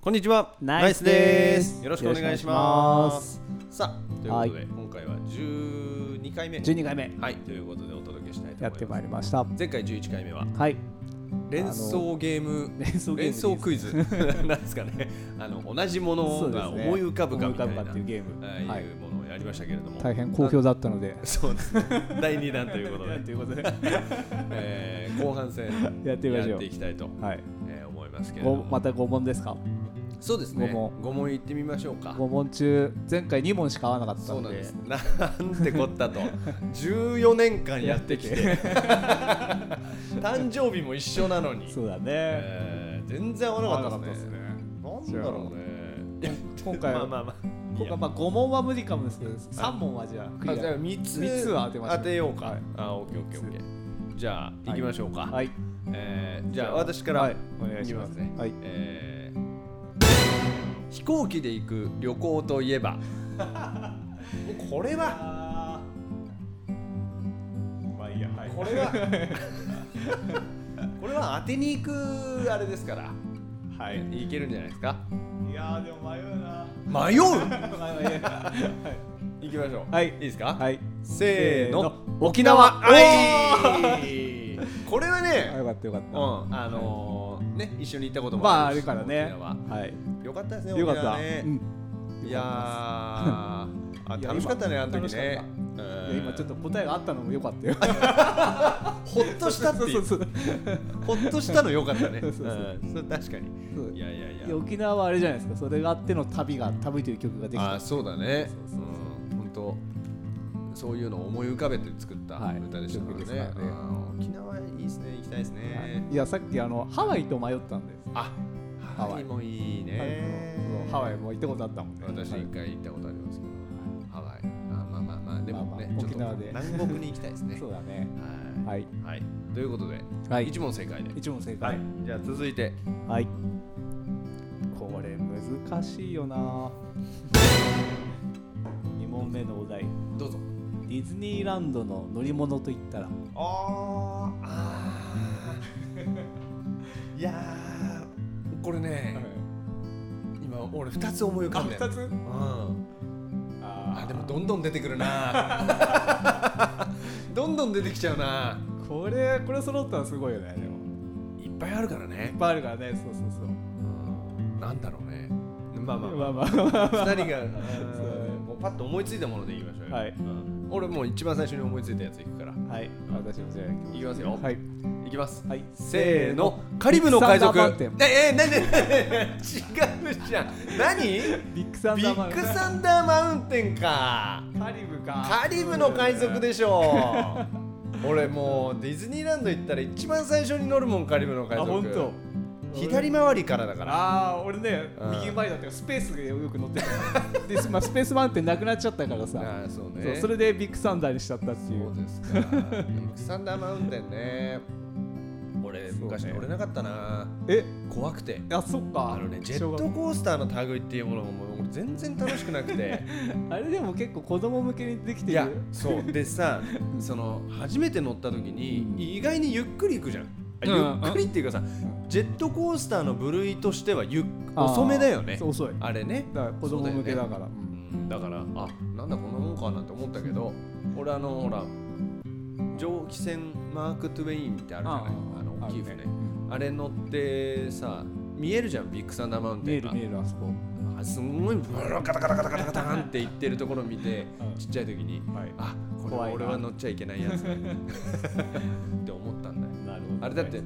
こんにちは。ナイスですよろしくお願いします。さあ、ということで、はい今回は12回目。 12回目はい、ということでお届けしたいと思います。やってまいりました前回11回目ははい連想ゲーム連想ゲーム連想クイズ なんですかね。あの同じものが思い浮かぶかみたいな思い浮かぶかっていうゲームああはいいうものをやりましたけれども。大変好評だったのでそうですね。第2弾というこ とで、ということではえー後半戦やってみましょうやっていきたいと、いえー思いますけれどごも。また5問ですかそうですね。五問5問いってみましょうか。 5問中前回2問しか合わなかったそのうなんでです。なんてこったと14年間やってきて 誕生日も一緒なのに、そうだね、えー全然合わなかったですね。なんすねだろうね。いや今回まはあまあまあ。今回まあ5問は無理かもですけど3問はじゃあクリあアじゃあ三つ三つは当てましょうようか。はいあオッケーオッケーオッケー。じゃあ行きましょうか。はいえーじゃあ私から、はいお願いします行きね。はいえー飛行機で行く旅行といえ ばもうこれはまあいいやはこれは これは当てに行くあれですから、、はいけるんじゃないですかいやでも迷うな迷うはい行きましょうはいいいですか、 はいせーのせー沖お縄ーはいこれはあねよかったよかっうんたあのー、ね一緒に行ったこともまあああるれしからね沖は縄いよかったですねよかっ沖縄たねうん いやーあいや楽しかったね今あの時ね楽しうんいや今ちょっと答えがあったのも良かったよ。ほっとしたっていうそうそうほっとしたのよかった ねそうそうそうんそれ確かにそういやいやいやいや沖縄はあれじゃないですか。それがあっての旅が旅という曲ができあた。あそうだねそうそううん本当そういうのを思い浮かべて作ったはい歌でしたからね,、曲ですからねあー沖縄いいですね行きたいですね、いやさっきあのハワイと迷ったんです。あハハワワイイもいいねそうハワイも行ったことあったもんね。私はい一回行ったことありますけど、ハワイあまあまあまあでまあもね、まあちょっと沖縄で南国に行きたいですねそうだね。ははい。い、はい、ということで、はい一問正解で一問正は解い。じゃあ続いてはい。これ難しいよな。二問目のお題。どうぞディズニーランドの乗り物といったら。あーあー いやーこれね、今俺二つ思い浮かんだよつ。うんああでもどんどん出てくるなどんどん出てきちゃうなこれこれ揃ったらすごいよねでも。いっぱいあるからいねっぱいあるからね、そうそうそう。なんだろうねまあまあ、ままあまあ、あ、2人がそうだねもうパッと思いついたものでいきましょうよ、はいうん俺もう一番最初に思いついたやついくからはい、私もじゃあ行いきますよはい、いきますはい、せーのカリブの海賊ビッグサンダーマウンテンええ何何何違うじゃん何ビッグサンビダーマウンッテングサンダーマウンテンかカリブかカリブの海賊でしょう俺もうディズニーランド行ったら一番最初に乗るもんカリブの海あ、賊本当。左回りからだからああ、俺ねうん、右前だったよ、スペースがよく乗って た。で、まあ、スペースマウンテンなくなっちゃったからさ。あーそうそうねそれでビッグサンダーにしちゃったっていそうう。ですかビッグサンダーマウンテンね俺そうね昔乗れなかったなえ、怖くてあ、そっか。あのねジェ小ッ学トコースターの類っていうものももう俺全然楽しくなくてあれでも結構子供向けにできている。やそうでさ その初めて乗った時に意外にゆっくり行くじゃんうんあゆっくりっていうかさジェットコースターの部類としてはゆっあー遅めだよねそう遅い。あれねだから子供向けだから。うんうんだからあなんだこんなもんかなって思ったけど俺あのほら蒸気船マーク・トゥ・ウェインってあるじゃないあの大きい船あ,、れ乗ってさ見えるじゃんビッグサンダーマウン見テえンるが見えるあそこ。あすんごいブルーカタカタカタカタカタンって言ってるところ見てうんちっちゃい時にはい。あこれ怖いはな俺は乗っちゃいけないやつだって思ったんだよなるあれだって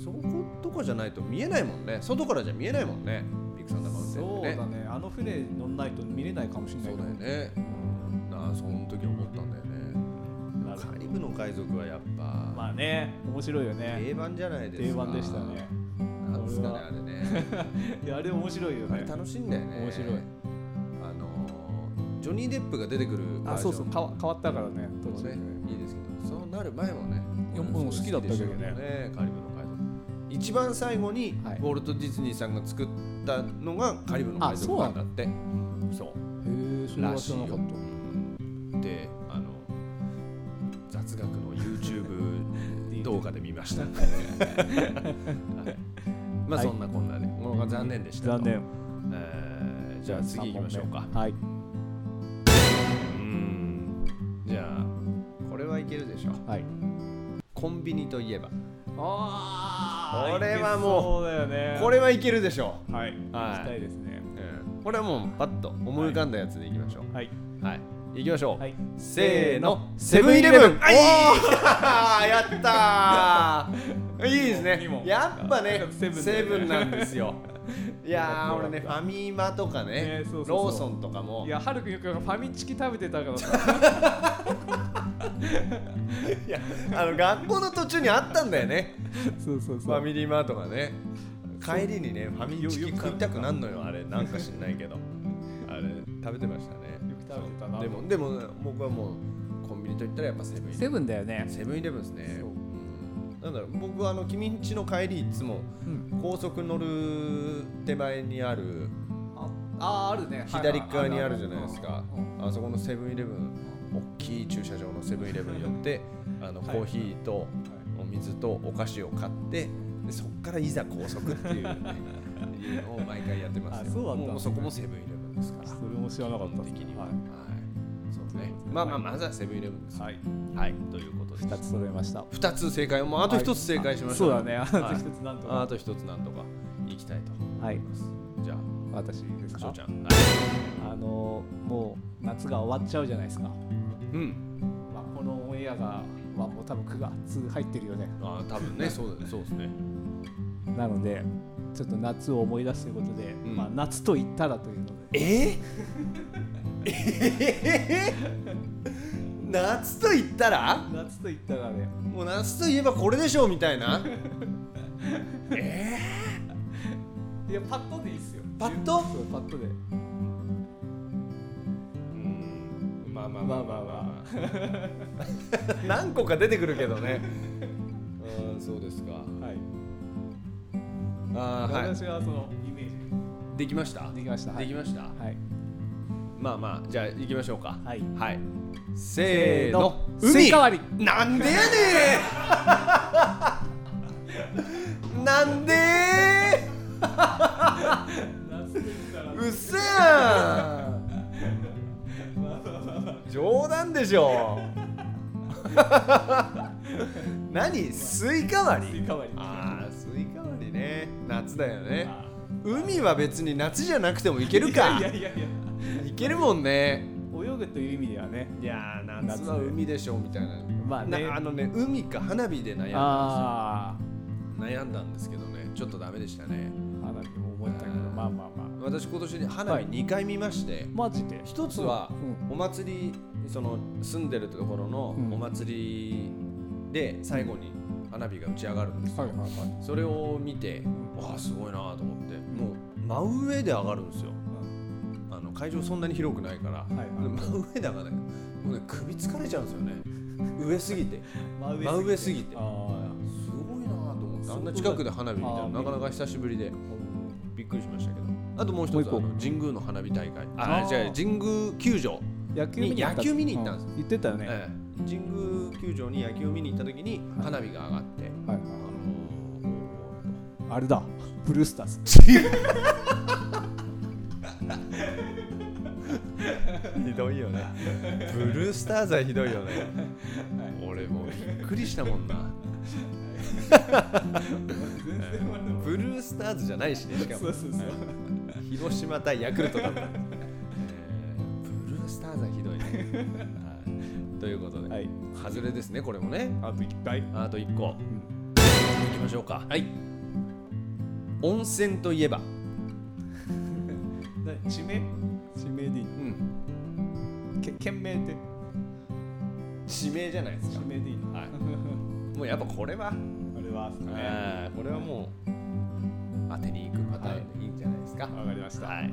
そそことかじゃないと見えないもんね外からじゃ見えないもんねビッグサンダーマウンテンそうってねだね、あの船乗んないと見れないかもしれなそいうけだどよね。なあ、その時思ったんだよなね。るほどカリブの海賊はやっぱまあね、面白いよね。定番じゃないですか。定番でしたね。なんですかね俺はあれね。いや、あれ面白いよあれね。楽しいんだよね。面白い。あのージョニーデップが出てくるバーあ、ジョそンうそう、かわ変わったからね、途も中でね。いいですけど、そうなる前もね。いやもう好きだったけどね好きでしたよね。カリブの海賊。一番最後にウはいォルト・ディズニーさんが作ったのがカリブの海賊なんだって。そう。へえ、それはら知しいらよなかっであの雑学 の YouTube 動画で見ましたはいまあはいそんなこんなで、まこれが残念でしたと残念えーじゃあ次行きましょうかはいうんじゃあこれはいけるでしょはいコンビニといえばあこれはもうだよねこれはいけるでしょはいうはい行きたいですねうんこれはもうパッと思い浮かんだやつでいきましょうはいはい、行きましょう、はいせーのセブンイレブンはい やったーいいです二ね問やっぱねセブンだよねセブンなんです よいやー俺ねファミマとかねねそうそうそうローソンとかもいやはるくんよくファミチキ食べてたから さいやあの学校の途中にあったんだよねそうそうファミリーマートがね帰りにねファミチキ食いたくなんのよあれなんか知んないけどあれ食べてましたねよく食べてたなでもでも僕はもうコンビニといったらやっぱセブンイレブンセブンだよねセブンイレブンですねそううんなんだろう僕はあの君んちの帰りいつもうん高速乗る手前にあるあああるね左側にあるじゃないですかうんあそこのセブンイレブン大きい駐車場のセブンイレブンに寄ってあのはいコーヒーとお水とお菓子を買ってでそこからいざ高速って いう,、ね、いうのを毎回やってますよあそうだったんだもうそこもセブンイレブンですからそれも知らなかった基本的には、ははいいそうねまあまあまずはセブンイレブンですはいはいということです二つ揃えました2つ正解もうあと1つ正解しました、そうだねあとはい一つなんとあかと1つなんとかいきたいとはい思いますじゃ私ですあ翔かちゃん、あのもう夏が終わっちゃうじゃないですかうんまあこのオンエアがはもう多分9月入ってるよねあ多分ね そうだねそうですねなのでちょっと夏を思い出すということで、んまあ夏と言ったらというのでえ え夏と言ったら夏と言ったらねもう夏といえばこれでしょうみたいないやパッとでいいっすよパッとそうパッとでうんまあまあまあまあまあ何個か出てくるけどねうんそうですかはい、あーはい私はそのイメージできましたできましたはでいきましたはいまあまあじゃあ行きましょうかはいはいせーのせーのスイカ割りなんでやねん なんで夏と言ったらうっせえな冗談でしょ 何スイカ割りスイカ割りああスイカ割りね夏だよね海は別に夏じゃなくても行けるかいやいやいやい行けるもんねや泳ぐという意味ではねいやー夏は海でしょみたいな、まあねなあのね海か花火で悩んだあんですよ悩んだんですけどねちょっとダメでしたねあ花火も思ったけどまあまあま私今年に花火2回見まして、あマジで一つはうお祭りその住んでるところのうんお祭りで最後に花火が打ち上がるんですよ、はいはいはいそれを見てんわあすごいなと思ってもう真上で上がるんですよあの会場そんなに広くないから、いはい真上だからねもうね首疲れちゃうんですよね上すぎて真上真上すぎててああすごいなと思ってあんな近くで花火みたいあなーなかなか久しぶりでびっくりしましたけどあともう一つもう一個あの神宮の花火大会ああーじゃあ神宮球場野球見に行った野球見に行ったんですう言ってたよね、はいええ神宮球場に野球を見に行った時にはい花火が上がって、はいあのあれだブルースターズひどいよね ブルースターズはひどい よね、俺もうびっくりしたもんなブルースターズじゃないしねしかそもうそうそう広島対ヤクル トだった、ええブルースターズはひどいね、はい、ということで、はい外れですねこれもねあと一回あと1個、いきましょうかはい温泉といえば地名地名でいいうんけ県名って地名じゃないです地か名でいいのはいもうやっぱこれは、あれはえーこれはもう当てに行くパターンでいいんじゃないですか。わかりましたはい。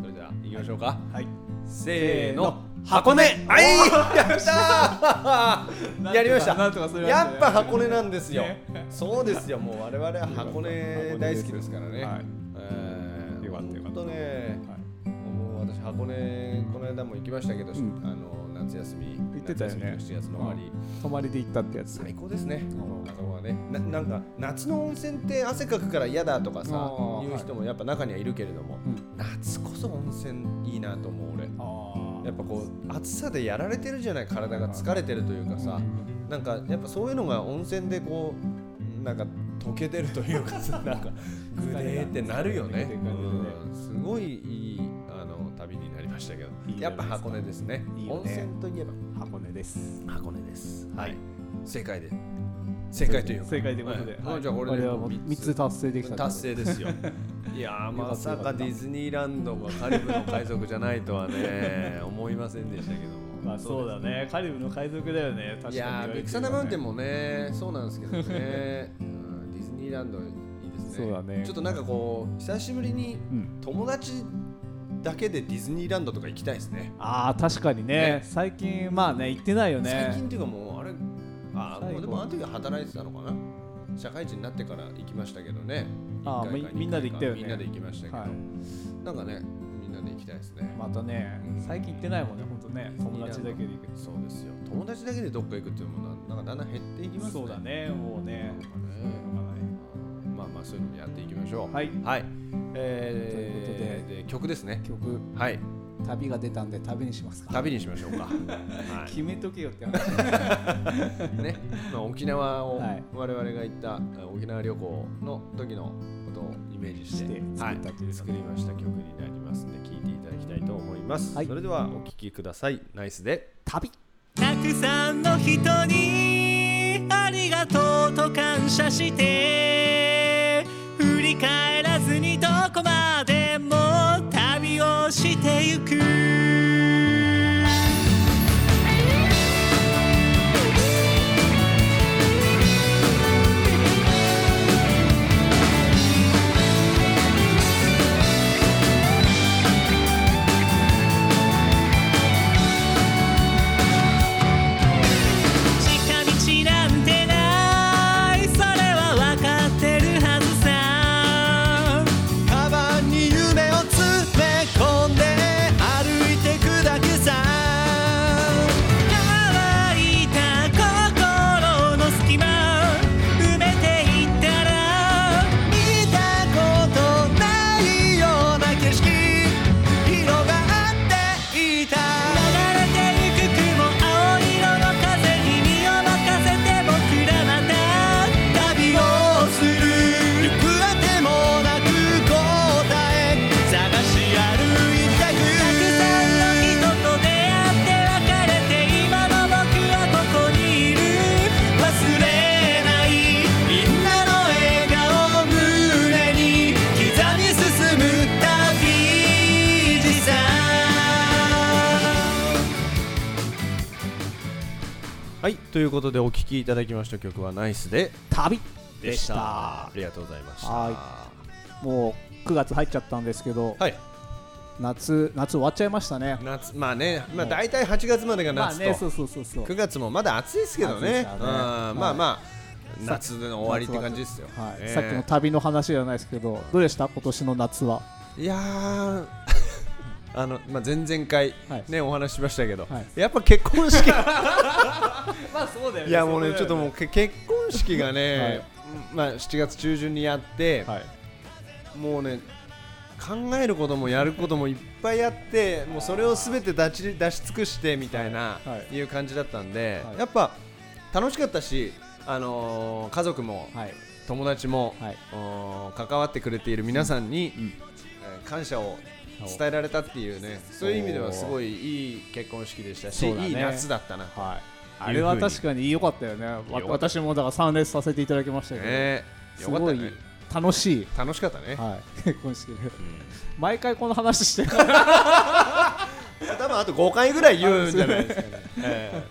それでは行きましょうか。はいせーの、箱根はい、やった ー。やりました。なんとかそれやっぱ箱根なんですよね。そうですよ。もう我々 は箱根大好きですからね。はいえーよかったよかったほんとね、もう私箱根この間も行きましたけんど、あの夏休み言ってたよね夏休みの7月の終わり、泊まりで行ったってやつ最高ですねうん中はねななんか夏の温泉って汗かくから嫌だとかあさー言う人もやっぱ中にはいるけれども、うん夏こそ温泉いいなと思う俺あやっぱこう暑さでやられてるじゃない体が疲れてるというかさなんかやっぱそういうのが温泉でこうなんか溶けてるという かさなんかグレーってなるよね疲れが抜けてる感じでねうんすごいいいあの旅になりましたけどいいじやゃっないですかぱ箱根ですねいいよね温泉といえば箱根です箱根ですははい正解で正解というか正解ということで、はいもうじゃあこれではもう3つ達成できた達成ですよ いやーまさかディズニーランドがカリブの海賊じゃないとはね 思いませんでしたけどもまあそうだねカリブの海賊だよね確かにいやービッグサンダーマウンテンもねそうなんですけどね、うん、ディズニーランドいいですねそうだねちょっとなんかこう久しぶりにうん友達だけでディズニーランドとか行きたいですねあー確かにねね最近まあね行ってないよね最近っていうかもうあれあー最も後うでもあの時は働いてたのかな社会人になってから行きましたけどねあー一回みかみんなで行ったよねみんなで行きましたけど、はいなんかねみんなで行きたいですね、またね最近行ってないもんね本当ね友達だけで行くそうですよ友達だけでどっか行くっていうのもななんかだんだん減っていきますねそうだねもうねなんかねまあまあそういうのもやっていきましょう。はいはい。えーとで曲ですね。曲はい。旅が出たんで旅にしますか旅にしましょ うか。は決めとけよって話い。 ね。まあ沖縄をはい我々が行ったあ沖縄旅行の時のことをイメージしてしては作ったというい、作りました曲になりますので聴いていただきたいと思います。はいそれではお聴きください。ナイスで。旅たくさんの人にありがとうと感謝して振り返らずにどこまでも旅をしてゆく近道なんてないそれはわかってるはずさカバンに夢を詰め込んで歩いてくだけさ乾いた心の隙間埋めていったら見たことないような景色広がっていた流れていく雲青色の風に身を任せて僕らまた旅をする行くあてもなく答え探し歩いてくたくさんの人と出会って別れて今の僕はここにいる忘れないみんなの笑顔を胸に刻み進む旅路さはい。ということでお聴きいただきました曲はナイスで旅ででし。したたありがとうございました。はもう9月入っちゃったんですけど、はい。夏夏終わっちゃいましたね夏まあね、まあ、大体8月までがまあ夏と、ねそうそうそうそう9月もまだ暑いですけど暑いでねすからねうんはいまあまあ夏の終わりって感じですよ、はいねさっきの旅の話じゃないですけどどうでした今年の夏 はいや ーあの、まあ、前々回、はいね、お話ししましたけど、はいやっぱ結婚 式まあそうだよい やもうねちょっともうけ結婚式が ね、はいまあ、7月中旬にやって、はいもうね考えることもやることもいっぱいあってもうそれを全て出し出し尽くしてみたいな、、はいいう感じだったんで、はいやっぱ楽しかったし、あのー家族もはい友達も、はいおー関わってくれている皆さんに、えー感謝を伝えられたっていうねそういう意味ではすごいいい結婚式でしたし、そうだねいい夏だったな。はいあれは確かに良かったよねわかった私もだから参列させていただきましたけど、ね、すよかったごいね楽しい、楽しかったね、はい、結婚式で、毎回この話 してるか多分あと5回ぐらい言うんじゃないですかね。ええ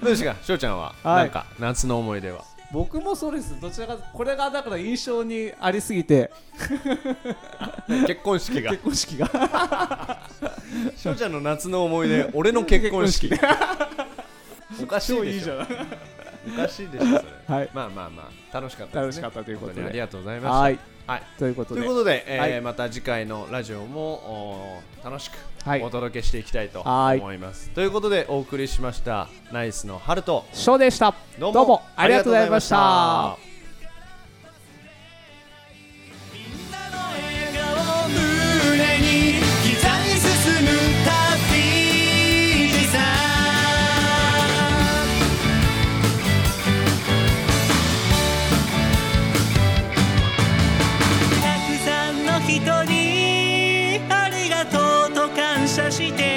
どうですか、しょうちゃんは、はいなんか夏の思い出は。僕もそうですどちらかこれがだから印象にありすぎて結婚式が結。婚式がしょうちゃんの夏の思い出、俺の結 婚式。おかしい超でいいしじょ。ゃない おかしいでしょ、それ。はいまあまあまあ、楽しかった楽ですしね。かったということ本当にありでがとうございましはいた。はいということといでうことで、えーはいまた次回のラジオもおー楽しくはいお届けしていきたいとはい思います。ということでお送りしましたナイスのハルトショーでしたどうもどうもありがとうございましありがとうございまたしみんなの笑顔を胸に刻み進む旅でさたくさんの人にありがとうと感謝して